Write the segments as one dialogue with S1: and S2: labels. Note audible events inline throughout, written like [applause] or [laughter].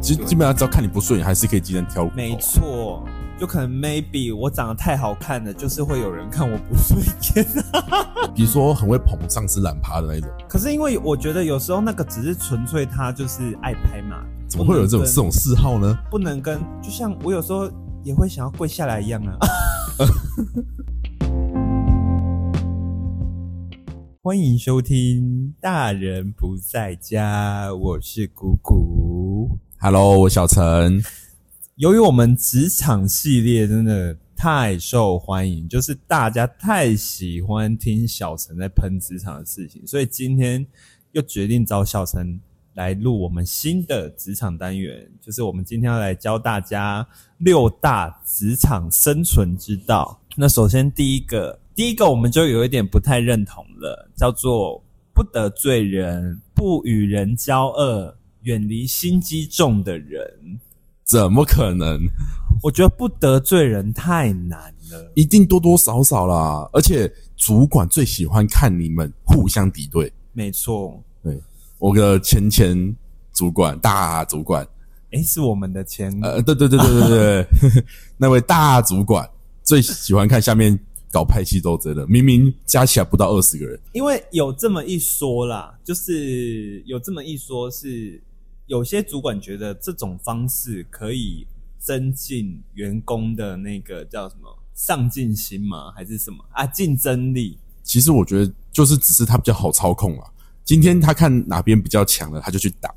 S1: 基
S2: 对
S1: 基本上只要看你不顺眼，还是可以鸡蛋挑骨头啊。
S2: 没错，就可能 maybe 我长得太好看了，就是会有人看我不顺眼。 [laughs]
S1: 比如说很会捧上司懒趴的那一种，
S2: 可是因为我觉得有时候那个只是纯粹他就是爱拍嘛，
S1: 怎么会有这种
S2: 不能跟
S1: 这种嗜好呢？
S2: 不能跟，就像我有时候也会想要跪下来一样啊。 [laughs] 欢迎收听《大人不在家》，我是谷谷。
S1: Hello，我小陈。
S2: 由于我们职场系列真的太受欢迎，就是大家太喜欢听小陈在喷职场的事情，所以今天又决定找小陈来录我们新的职场单元，就是我们今天要来教大家六大职场生存之道。那首先第一个，第一个我们就有一点不太认同了，叫做不得罪人，不与人交恶，远离心机重的人。
S1: 怎么可能？
S2: 我觉得不得罪人太难了。
S1: 一定多多少少啦。而且主管最喜欢看你们互相敌对。
S2: 没错，
S1: 我的前前主管，大主管，
S2: 诶，是我们的前、
S1: 呃，对对对对对对，
S2: [laughs]
S1: 对那位大主管最喜欢看下面搞派系斗争的，明明加起来不到二十个人，
S2: 因为有这么一说啦，就是有这么一说是，有些主管觉得这种方式可以增进员工的那个叫什么上进心吗？还是什么啊？竞争力？
S1: 其实我觉得就是只是他比较好操控啊。今天他看哪边比较强了，他就去打，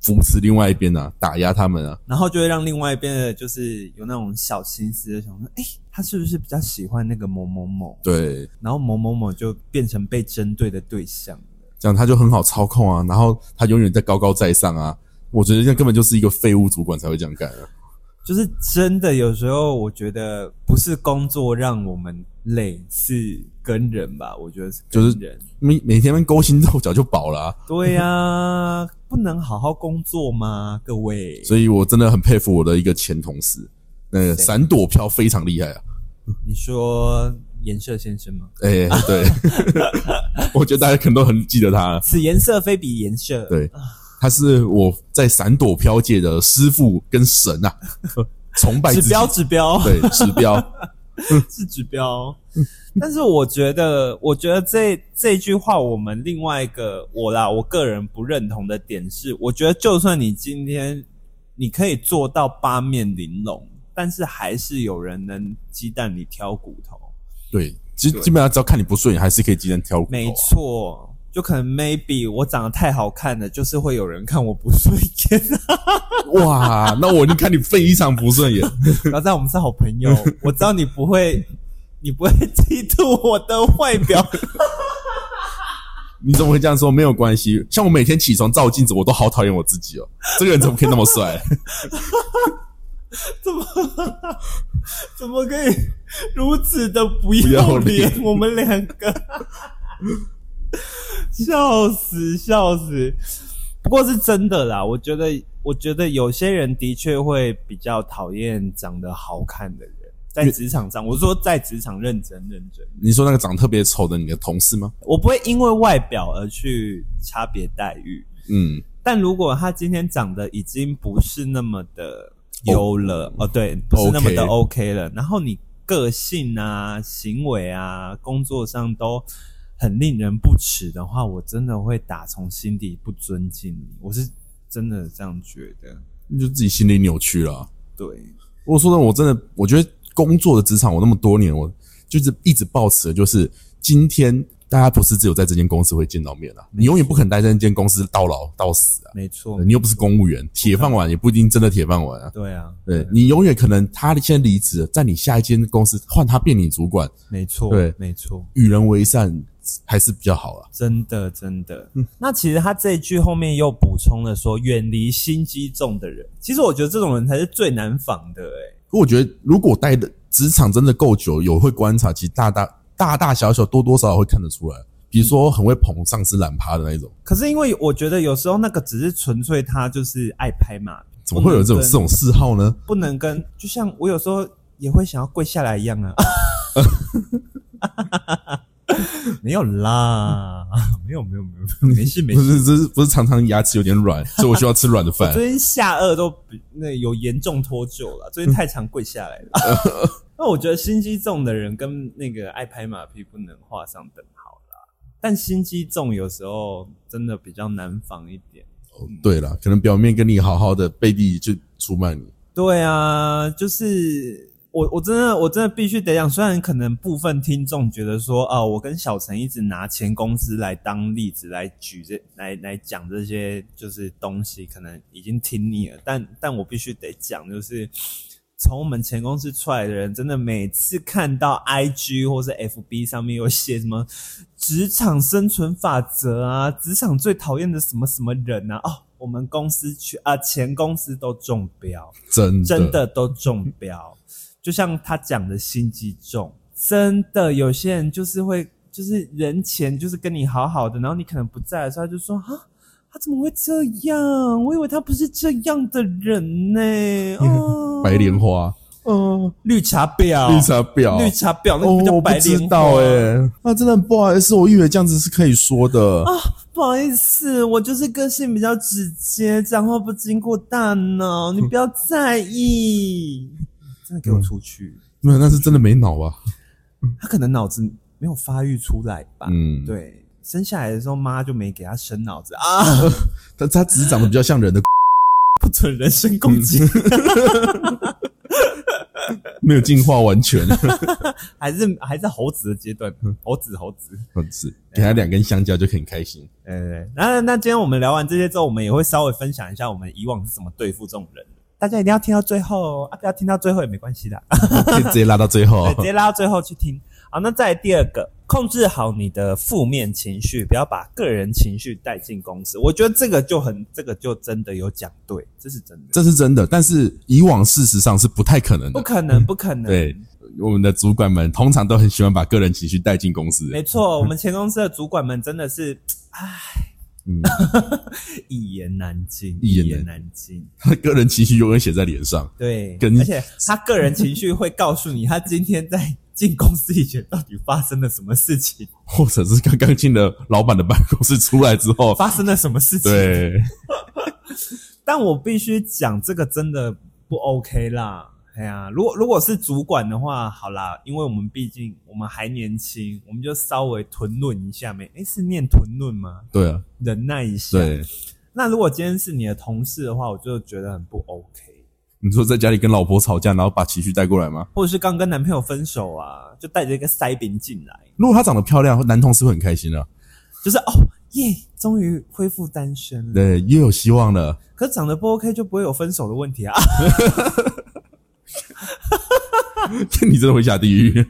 S1: 扶持另外一边啊，打压他们啊。
S2: 然后就会让另外一边的，就是有那种小心思的想说，诶，他是不是比较喜欢那个某某某？
S1: 对，
S2: 然后某某某就变成被针对的对象了。
S1: 这样他就很好操控啊，然后他永远在高高在上啊。我觉得这根本就是一个废物主管才会这样干啊。
S2: 就是真的，有时候我觉得不是工作让我们累，是跟人吧。我觉得是跟人。
S1: 每每天勾心斗角就饱了啊、
S2: 对呀、 [laughs] 不能好好工作吗？各位，
S1: 所以我真的很佩服我的一个前同事，那个
S2: 谁
S1: 闪躲飘非常厉害啊。
S2: 你说颜色先生吗？
S1: 哎、对，我觉得大家可能都很记得他。啊
S2: 此颜色非彼颜色。
S1: 对，他是我在闪躲飘界的师傅跟神啊， [laughs] 崇拜
S2: 指
S1: 自己
S2: 标指标
S1: 对指标。
S2: 是指标。但是我觉得，我觉得这这句话，我们另外一个我啦，我个人不认同的点是，我觉得就算你今天你可以做到八面玲珑，但是还是有人能鸡蛋里挑骨头。
S1: 对，基基本上只要看你不顺眼，还是可以鸡蛋挑骨头啊。
S2: 没错，就可能 maybe 我长得太好看了，就是会有人看我不顺眼。 [laughs]
S1: 哇，那我一定看你非常不顺眼。
S2: 然后在我们是好朋友，我知道你不会，你不会嫉妒我的外表。
S1: 你怎么会这样说？没有关系，像我每天起床照镜子，我都好讨厌我自己哦。这个人怎么可以那么帅？
S2: [laughs] 怎么可以如此的不要
S1: 要
S2: 脸
S1: 脸？
S2: 我们两个， [laughs] 笑死笑死。不过是真的啦，我觉得，我觉得有些人的确会比较讨厌长得好看的人，在职场上，我说在职场认真认真，
S1: 你说那个长得特别丑的你的同事吗？
S2: 我不会因为外表而去差别待遇。
S1: 嗯，
S2: 但如果他今天长得已经不是那么的优了哦对，不是那么的 OK 了，然后你个性啊、行为啊、工作上都很令人不齿的话，我真的会打从心底不尊敬你，我是真的这样觉得。
S1: 你就自己心理扭曲了啊、
S2: 对，
S1: 我说的，我真的，我觉得工作的职场，我那么多年，我就是一直抱持的就是，今天大家不是只有在这间公司会见到面啊，你永远不可能待在那间公司到老到死啊。
S2: 没错，
S1: 你又不是公务员，铁饭碗也不一定真的铁饭碗啊。
S2: 对啊，
S1: 对你永远可能他先离职了，在你下一间公司换他变你主管，
S2: 没错，
S1: 对
S2: 没错。
S1: 与人为善还是比较好啊。
S2: 真的，真的。那其实他这一句后面又补充了说，远离心机重的人。其实我觉得这种人才是最难防的、欸，
S1: 可我觉得如果待的职场真的够久，有会观察，其实大大大大小小多多少少会看得出来。比如说很会捧上司懒趴的那一种，
S2: 可是因为我觉得有时候那个只是纯粹他就是爱拍马屁，
S1: 怎么会有这种
S2: 不能
S1: 这种嗜好呢？
S2: 不能跟，就像我有时候也会想要跪下来一样啊。没有啦，没有没有没有，没事没
S1: 不
S2: 事。
S1: 是，这是不是常常牙齿有点
S2: [laughs]
S1: 软，所以我需要吃软的饭。
S2: 最近下颚都比那有严重脱臼了，最近太常跪下来了。那我觉得心机重的人跟那个爱拍马屁不能画上等号啦，但心机重有时候真的比较难防一点。
S1: 对了，可能表面跟你好好的，背地就出卖你。
S2: 对啊，就是我我真的我真的必须得讲，虽然可能部分听众觉得说啊，我跟小陈一直拿前公司来当例子来举这来来讲这些就是东西，可能已经听腻了，但但我必须得讲，就是从我们前公司出来的人，真的每次看到 IG 或是 FB 上面有写什么职场生存法则啊，职场最讨厌的什么什么人啊，哦，我们公司去啊前公司都中标。
S1: 真的，，
S2: 真的都中标。就像他讲的心机重，真的有些人就是会，就是人前就是跟你好好的，然后你可能不在的时候，他就说啊。他怎么会这样？我以为他不是这样的人呢、哦
S1: [laughs] 白莲，花、
S2: 嗯、绿茶婊，
S1: 绿茶婊、
S2: 哦绿茶婊，那个
S1: 哦，
S2: 不叫
S1: 我不
S2: 白
S1: 知
S2: 莲
S1: 道
S2: 花
S1: 哎、那真的很不好意思，我以为这样子是可以说的。
S2: 不好意思，我就是个性比较直接，讲话不经过大脑，你不要
S1: [laughs]
S2: 在意。真的给我出去！
S1: 没有，那是真的没脑啊吧？
S2: 他可能脑子没有发育出来吧。
S1: 嗯，，
S2: 啊对，生下来的时候妈就没给他生脑子啊， [laughs]
S1: 但他只是长得比较像人的， [laughs]
S2: 不准人身攻击，
S1: 没有进化完全。
S2: [laughs]
S1: [laughs]
S2: 还是还在猴子的阶段，猴子猴子。
S1: 是给他两根香蕉就很开
S2: [laughs]
S1: 心。
S2: 对对对，那那今天我们聊完这些之后，我们也会稍微分享一下我们以往是怎么对付这种人的。大家一定要听到最后哦啊，不要听到最后也没关系的，
S1: 可以直接拉到最后
S2: 对， [laughs] 直。接拉到最后去听。好，那再来第二个，控制好你的负面情绪，不要把个人情绪带进公司。我觉得这个就很，这个就真的有讲对，这是真的，
S1: 这是真的，但是以往事实上是不太可能
S2: 不
S1: 的。
S2: 可能，不可能。
S1: 对，我们的主管们通常都很喜欢把个人情绪带进公司。
S2: 没错，我们前公司的主管们真的是，
S1: 嗯，
S2: [laughs] 一言难尽，
S1: 一言难
S2: 难尽。
S1: 他 [laughs] 个人情绪永远写在脸上。
S2: 对，
S1: 跟
S2: 而且他个人情绪会告诉你，他今天在进公司以前到底发生了什么事情， [laughs]
S1: 或者是刚刚进了老板的办公室出来之后，
S2: [laughs] 发生了什么事情。，
S1: 对，
S2: 但我必须讲，这个真的不 OK 啦。哎呀、如果如果是主管的话，好啦，因为我们毕竟我们还年轻，我们就稍微吞论一下没？诶、是念吞论吗？
S1: 对啊，
S2: 忍耐一下。，
S1: 对。
S2: 那如果今天是你的同事的话，我就觉得很不 OK。
S1: 你说在家里跟老婆吵架，然后把情绪带过来吗？
S2: 或者是刚跟男朋友分手啊，就带着一个塞饼进来，
S1: 如果她长得漂亮，男同事会很开心啊，
S2: 就是哦耶，终于恢复单身了。
S1: 对，又有希望了。
S2: 可长得不 OK 就不会有分手的问题啊。
S1: [laughs] 你真的会下地
S2: [laughs]
S1: 狱。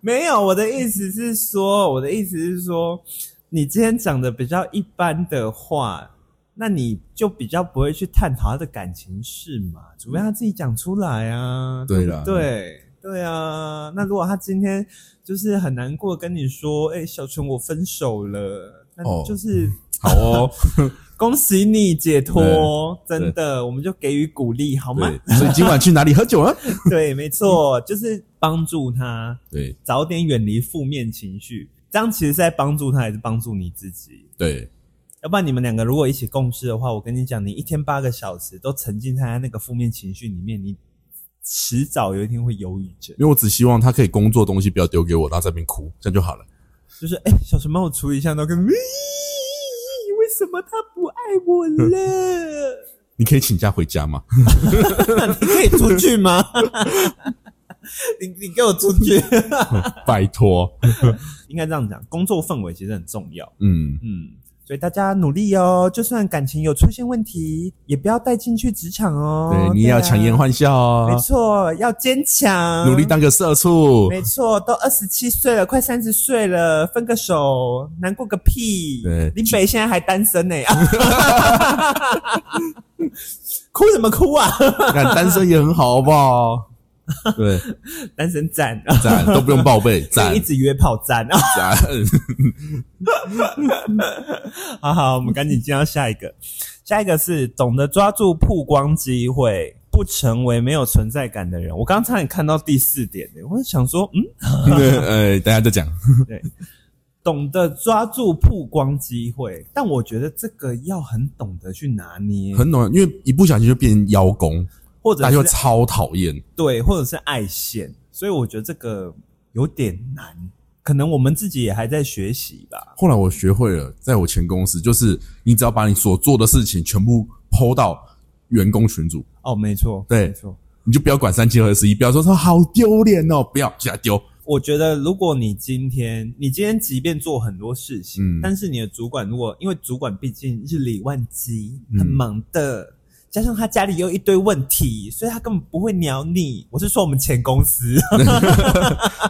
S2: 没有，我的意思是说，我的意思是说，你今天讲的比较一般的话，那你就比较不会去探讨他的感情事嘛，除非他自己讲出来啊。
S1: 对啦，，
S2: 对对啊，那如果他今天就是很难过跟你说，哎、小纯我分手了，那
S1: 哦
S2: 就是。
S1: [laughs] 好哦，
S2: [laughs] 恭喜你解脱，真的，我们就给予鼓励，好吗？
S1: 对，所以今晚去哪里喝
S2: [laughs]
S1: 酒啊？
S2: 对，没错， [laughs] 就是帮助他
S1: 对
S2: 早点远离负面情绪，这样其实是在帮助他，还是帮助你自己？
S1: 对，
S2: 要不然你们两个如果一起共事的话，我跟你讲，你一天八个小时都沉浸在他那个负面情绪里面，你迟早有一天会忧郁症。
S1: 因为我只希望他可以工作的东西不要丢给我，然后在那边哭，这样就好了。
S2: 就是哎、小陈帮我处理一下，然后跟咦，为什么他不爱我了？ [laughs]
S1: 你可以请假回家吗？
S2: 你可以出去吗？ [laughs] 你你给我出去！ [laughs]
S1: 拜托，
S2: 应该这样讲，工作氛围其实很重要。
S1: 嗯，
S2: 嗯，所以大家努力哦，就算感情有出现问题，也不要带进去职场哦。
S1: 对，你也要强颜
S2: 换、
S1: 欢笑
S2: 没
S1: 哦，
S2: 错，要坚强，
S1: 努力。当个社畜。
S2: 没错，都二十七岁了，快三十岁了，分个手难过个屁。
S1: 对
S2: 林北现在还单
S1: [laughs]
S2: 身呢、哭什么哭啊？
S1: 看单身也很好，好不
S2: [laughs]
S1: 好？对，
S2: 单身赞，
S1: 赞都不用报备，
S2: 可
S1: [laughs] 赞
S2: 以一直约炮赞 [laughs] 啊！
S1: 赞。 [laughs]
S2: 好好，我们赶紧进到下一个。下一个是懂得抓住曝光机会，不不成为没有存在感的人。我刚才也看到第四点呢，我想说，嗯，
S1: 呃，大家再讲，
S2: 懂得抓住曝光机会，但我觉得这个要很懂得去拿捏，
S1: 很暖，因为一不小心就变邀功，
S2: 或
S1: 大家就
S2: 者
S1: 会
S2: 是
S1: 超讨厌。
S2: 对，或者是爱线，所以我觉得这个有点难，可能我们自己也还在学习吧。
S1: 后来我学会了，在我前公司，就是你只要把你所做的事情全部抛到员工群组，
S2: 哦，没错，
S1: 对
S2: 没错。
S1: 你就不要管三七二十一，不要说说好丢脸哦，不要就给他丢。
S2: 我觉得，如果你今天，你今天即便做很多事情，
S1: 嗯
S2: 但是你的主管如果，因为主管毕竟日理万机，
S1: 嗯
S2: 很忙的，加上他家里有一堆问题，所以他根本不会鸟你。我是说我们前公司，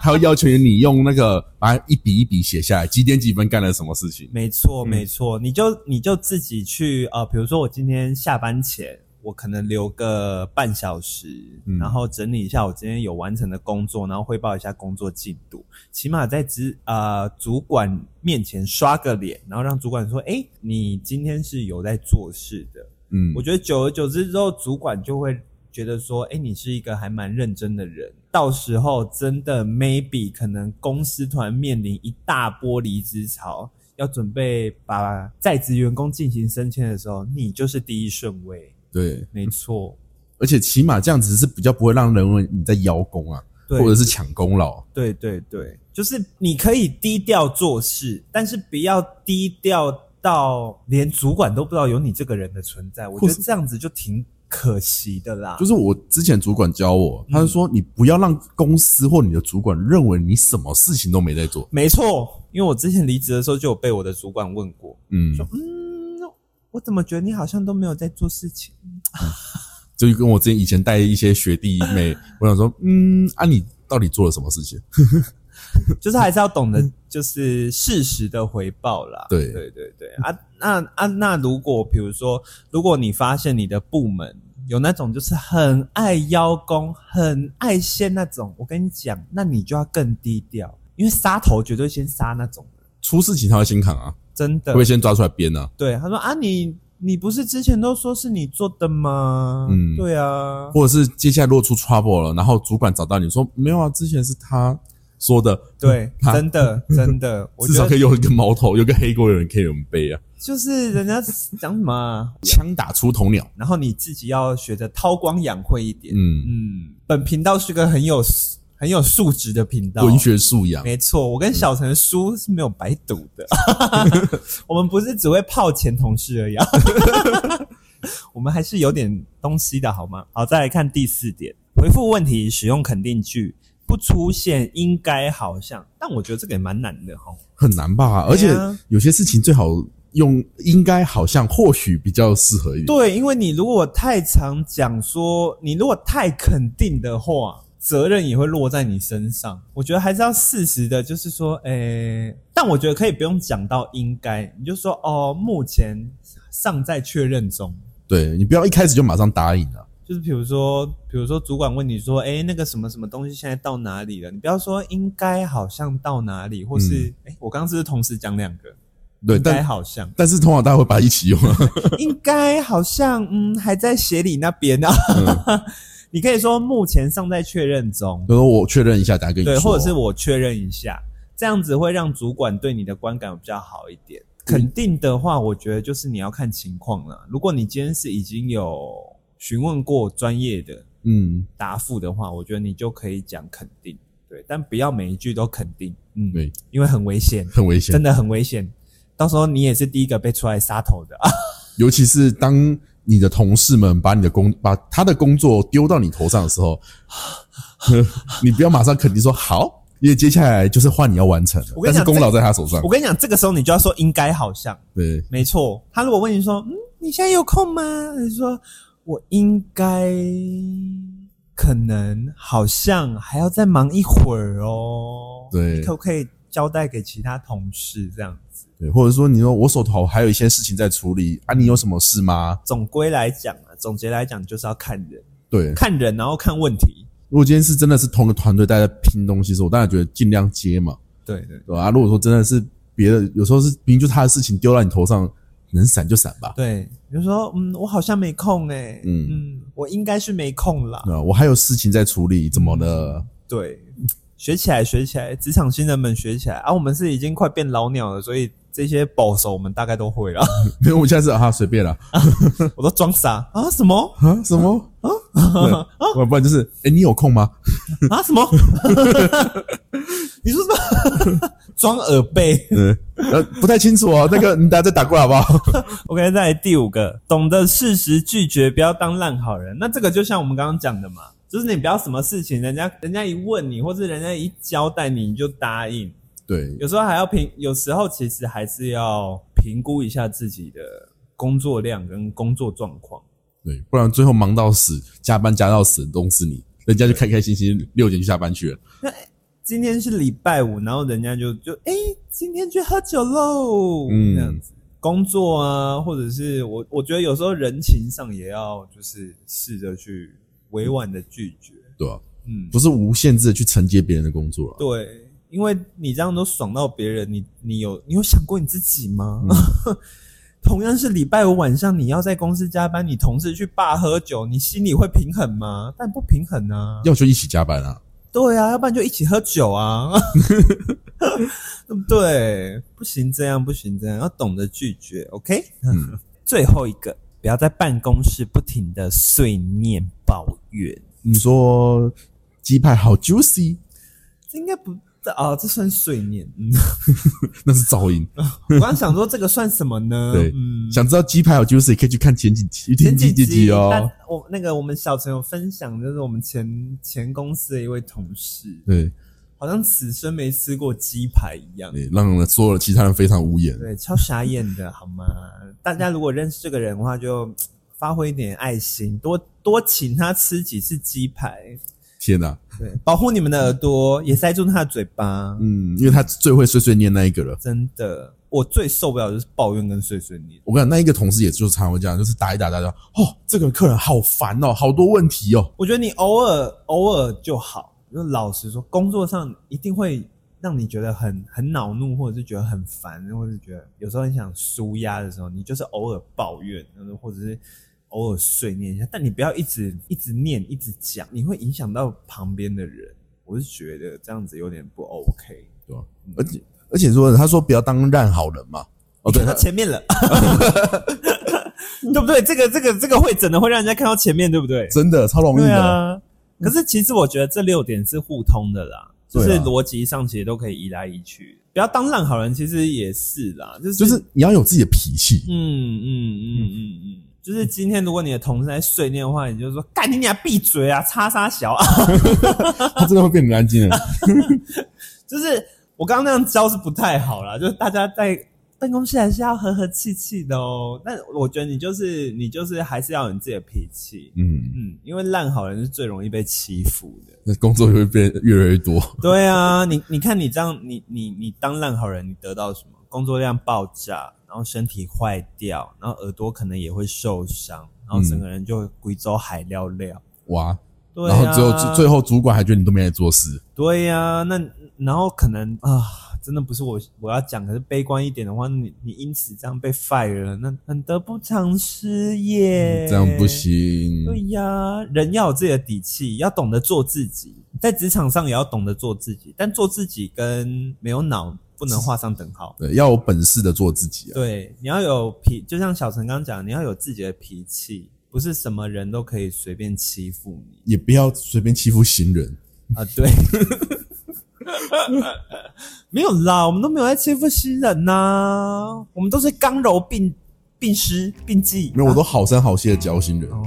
S1: 他会要求你用那个把它一笔一笔写下来，几点几分干了什么事情。
S2: 没错，没错，你就你就自己去呃，比如说我今天下班前，我可能留个半小时，
S1: 嗯
S2: 然后整理一下我今天有完成的工作，然后汇报一下工作进度，起码在职呃主管面前刷个脸，然后让主管说，哎、你今天是有在做事的。
S1: 嗯
S2: 我，觉得久而久之之后，主管就会觉得说，哎、你是一个还蛮认真的人。到时候真的 maybe 可能公司突然面临一大波离职潮，要准备把在职员工进行升迁的时候，你就是第一顺位。
S1: 对，
S2: 没错，
S1: 而且起码这样子是比较不会让人为你在邀功啊，
S2: 对
S1: 或者是抢功劳。
S2: 对对对，就是你可以低调做事，但是不要低调到连主管都不知道有你这个人的存在。我觉
S1: 或
S2: 得
S1: 是
S2: 这样子就挺可惜的啦。
S1: 就是我之前主管教我，他就说你不要让公司或你的主管认为你什么事情都没在做。
S2: 没错，因为我之前离职的时候就有被我的主管问过，
S1: 嗯，
S2: 嗯，我怎么觉得你好像都没有在做事情？ [laughs]
S1: 就跟我之前以前带一些学弟
S2: [laughs]
S1: 妹，我想说，嗯，啊，你到底做了什么事情？
S2: 就是还是要懂得就是适时的回报啦。
S1: 嗯对
S2: 对对对啊，那啊那如果比如说，如果你发现你的部门有那种就是很爱邀功、很爱现那种，我跟你讲，那你就要更低调，因为杀头绝对先杀那种人，
S1: 出事情他会先扛啊，
S2: 真的
S1: 会。先抓出来编啊，
S2: 对，他说啊你。你不是之前都说是你做的吗？
S1: 嗯
S2: 对啊，
S1: 或者是接下来落出 trouble 了，然后主管找到你说没有啊，之前是他说的，
S2: [laughs]
S1: [laughs]
S2: 对，
S1: 啊
S2: 真的真
S1: [laughs]
S2: 的，我
S1: 至
S2: 觉
S1: 少可
S2: 得
S1: 以有一个矛头，有一个黑锅有人可以有人背啊，
S2: 就是人家讲什么啊，
S1: 枪打出头鸟。
S2: 然后你自己要学着韬光养晦一点。
S1: 嗯，
S2: 嗯，本频道是个很有很有素质的频道，
S1: 文学素养，
S2: 没错，我跟小陈的书是没有白读的，
S1: [laughs]
S2: 我们不是只会泡前同事而已、啊， [laughs] 我们还是有点东西的好吗？好，再来看第四点，回复问题使用肯定句，不出现应该好像，但我觉得这个也蛮难的哈。
S1: 很难吧？而且
S2: 对啊
S1: 有些事情最好用，应该好像或许比较适合一点。
S2: 对，因为你如果太常讲说，你如果太肯定的话，责任也会落在你身上。我觉得还是要适时的，就是说，诶、但我觉得可以不用讲到应该，你就说哦，目前尚在确认中。
S1: 对你不要一开始就马上答应啊。
S2: 就是比如说，比如说主管问你说，诶，那个什么什么东西现在到哪里了？你不要说应该好像到哪里，或是诶，我刚刚是不是同时讲两个？
S1: 嗯对，
S2: 应该
S1: 但
S2: 好像，
S1: 但是通常大家会把它一起用啊。
S2: [laughs] 应该好像嗯还在协理那边啊。 [laughs] 你可以说目前尚在确认中，
S1: 就说我确认一下，大家跟你
S2: 对，
S1: 说，
S2: 或者是我确认一下，这样子会让主管对你的观感比较好一点。肯定的话，我觉得就是你要看情况了。如果你今天是已经有询问过专业的
S1: 嗯，
S2: 答复的话，我觉得你就可以讲肯定，对，但不要每一句都肯定，嗯，
S1: 对，
S2: 因为很危险，
S1: 很危险
S2: 真，的很危险。到时候你也是第一个被出来杀头的。
S1: 尤其是当你的同事们把你的工把他的工作丢到你头上的时候， [laughs] 你不要马上肯定说好，因为接下来就是换你要完成了
S2: 我，跟
S1: 但
S2: 你
S1: 是
S2: 讲
S1: 功劳在他手上
S2: 我。跟你讲，这个时候你就要说应该好像
S1: 对，
S2: 没错。他如果问你说，嗯，你现在有空吗？你说我应该可能好像还要再忙一会儿哦。
S1: 对
S2: 你可不可以交代给其他同事这样子？
S1: 对，或者说你说我手头还有一些事情在处理啊，你有什么事吗？
S2: 总归来讲啊，总结来讲就是要看人，
S1: 对，
S2: 看人，然后看问题。
S1: 如果今天是真的是同个团队大家拼东西的时候，我当然觉得尽量接嘛，
S2: 对对
S1: 对吧、啊？如果说真的是别的，有时候是明明就他的事情丢到你头上，能闪就闪吧。
S2: 对，你就说嗯，我好像没空哎、
S1: 嗯
S2: 嗯，我应该是没空啦。
S1: 对啊，我还有事情在处理，怎么了？
S2: 对，学起来，学起来，职场新人们学起来啊！我们是已经快变老鸟了，所以这些保守我们大概都会了。
S1: 没有，我现在是啊，随便啦。
S2: 我都装傻啊？什么
S1: 啊，什么啊？对不然就是，哎、你有空吗？
S2: 啊？什么？你说什么？装耳背。
S1: 嗯，呃，不太清楚哦。那个，你等下再打过来好不好？
S2: OK，再来第五个，懂得适时拒绝，不要当烂好人。那这个就像我们刚刚讲的嘛，就是你不要什么事情，人家人家一问你，或是人家一交代你，你就答应。
S1: 对，
S2: 有时候还要评，有时候其实还是要评估一下自己的工作量跟工作状况。
S1: 对，不然最后忙到死，加班加到死，弄死你，人家就开开心心六点就下班去了。
S2: 今天是礼拜五，然后人家就就哎、诶今天去喝酒喽，
S1: 嗯
S2: 这样子。工作啊，或者是我，我觉得有时候人情上也要就是试着去委婉的拒绝，
S1: 对吧、
S2: 嗯，
S1: 不是无限制的去承接别人的工作了。
S2: 对，因为你这样都爽到别人，你你有你有想过你自己吗？ [laughs] 同样是礼拜五晚上，你要在公司加班，你同事去爸喝酒，你心里会平衡吗？但不平衡啊。
S1: 要就一起加班啊，
S2: 对啊，要不然就一起喝酒啊， [laughs] 对不对？不行这样，不行这样，要懂得拒绝。OK，、
S1: 嗯
S2: 最后一个，不要在办公室不停的碎念抱怨，
S1: 你说鸡排好 juicy，
S2: 这应该不这啊、这算碎念。嗯，
S1: 那是噪音。
S2: 我刚想说这个算什么呢？
S1: 对
S2: 嗯，
S1: 想知道鸡排好 juicy，可以去看前几集、前几集
S2: 但
S1: 哦。
S2: 我那个我们小陈有分享，就是我们前前公司的一位同事，
S1: 对，
S2: 好像此生没吃过鸡排一样。
S1: 对让人所有的其他人非常无言。
S2: 对，超傻眼的好吗？大家如果认识这个人的话，就发挥一点爱心，多多请他吃几次鸡排，
S1: 天哪、
S2: 对，保护你们的耳朵，也塞住他的嘴巴。
S1: 嗯，因为他最会碎碎念那一个了。
S2: 真的，我最受不了就是抱怨跟碎碎念。
S1: 我跟你讲，那一个同事也就是常常会这样，就是打一打打一打，哦，这个客人好烦哦，好多问题哦。
S2: 我觉得你偶尔偶尔就好，就老实说，工作上一定会让你觉得很很恼怒，或者是觉得很烦，或者是觉得有时候很想舒压的时候，你就是偶尔抱怨，或者是偶尔碎念一下，但你不要一直一直念一直讲，你会影响到旁边的人。我是觉得这样子有点不 OK。
S1: 对吧？而且而且说，他说不要当烂好人嘛。哦，对，
S2: 看
S1: 他
S2: 到前面了， [laughs] 对不对？这个这个这个会整的会让人家看到前面，对不对？
S1: 真的超容易
S2: 对
S1: 的。
S2: 啊，可是其实我觉得这六点是互通的啦，就
S1: 对啊
S2: 是逻辑上其实都可以移来移去。不要当烂好人，其实也是啦，就是
S1: 就是你要有自己的脾气，
S2: 嗯嗯嗯嗯嗯，就是今天如果你的同事在碎念的话，你就说干你俩闭嘴啊，叉叉小啊， [laughs]
S1: 他真的会变得很安静的。
S2: 就是我刚刚那样教是不太好啦，就是大家在。办公室还是要和和气气的哦。那我觉得你就是你就是还是要有你自己的脾气，
S1: 嗯，
S2: 嗯，因为烂好人是最容易被欺负的。
S1: 那工作就会变得越来越多。
S2: 对啊，你你看你这样，你你你当烂好人，你得到什么？工作量爆炸，然后身体坏掉，然后耳朵可能也会受伤，然后整个人就贵州海料料。
S1: 哇！
S2: 对、
S1: 然
S2: 啊，
S1: 后最后最最后主管还觉得你都没来做事，
S2: 对呀、那然后可能啊，真的不是我我要讲，可是悲观一点的话，你你因此这样被 fire 了，那很得不偿失耶。
S1: 嗯这样不。行。
S2: 对呀，人要有自己的底气，要懂得做自己，在职场上也要懂得做自己，但做自己跟没有脑不能画上等号。
S1: 对，要有本事的做自己啊。
S2: 对，你要有脾，就像小陈刚讲，你要有自己的脾气，不是什么人都可以随便欺负 [laughs] 你
S1: 也不要随便欺负行人，
S2: 啊。对， [laughs] 没有啦，我们都没有在欺负新人呐、我们都是刚柔并并施并济。啊
S1: 没有，我都好声好气的教行人。
S2: 哦，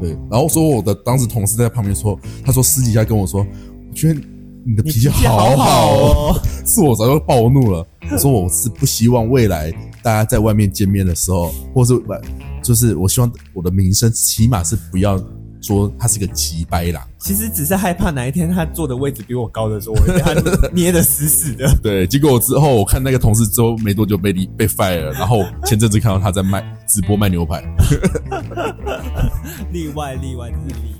S1: 对，然后说我的当时同事在旁边说，他说私底下跟我说，我觉得你的
S2: 你
S1: 脾气好
S2: 好
S1: 好哦，
S2: 哦。
S1: 是我早就暴怒了。我说我是不希望未来大家在外面见面的时候，或是外就是我希望我的名声起码是不要说他是个急掰狼，
S2: 其实只是害怕哪一天他坐的位置比我高的时候，我会被他捏得死死 [laughs] 的。
S1: 对，结果我之后我看那个同事之后没多久被离被 fire 了，然后前阵子看到他在卖直播卖牛排。
S2: 例外，例外，这是例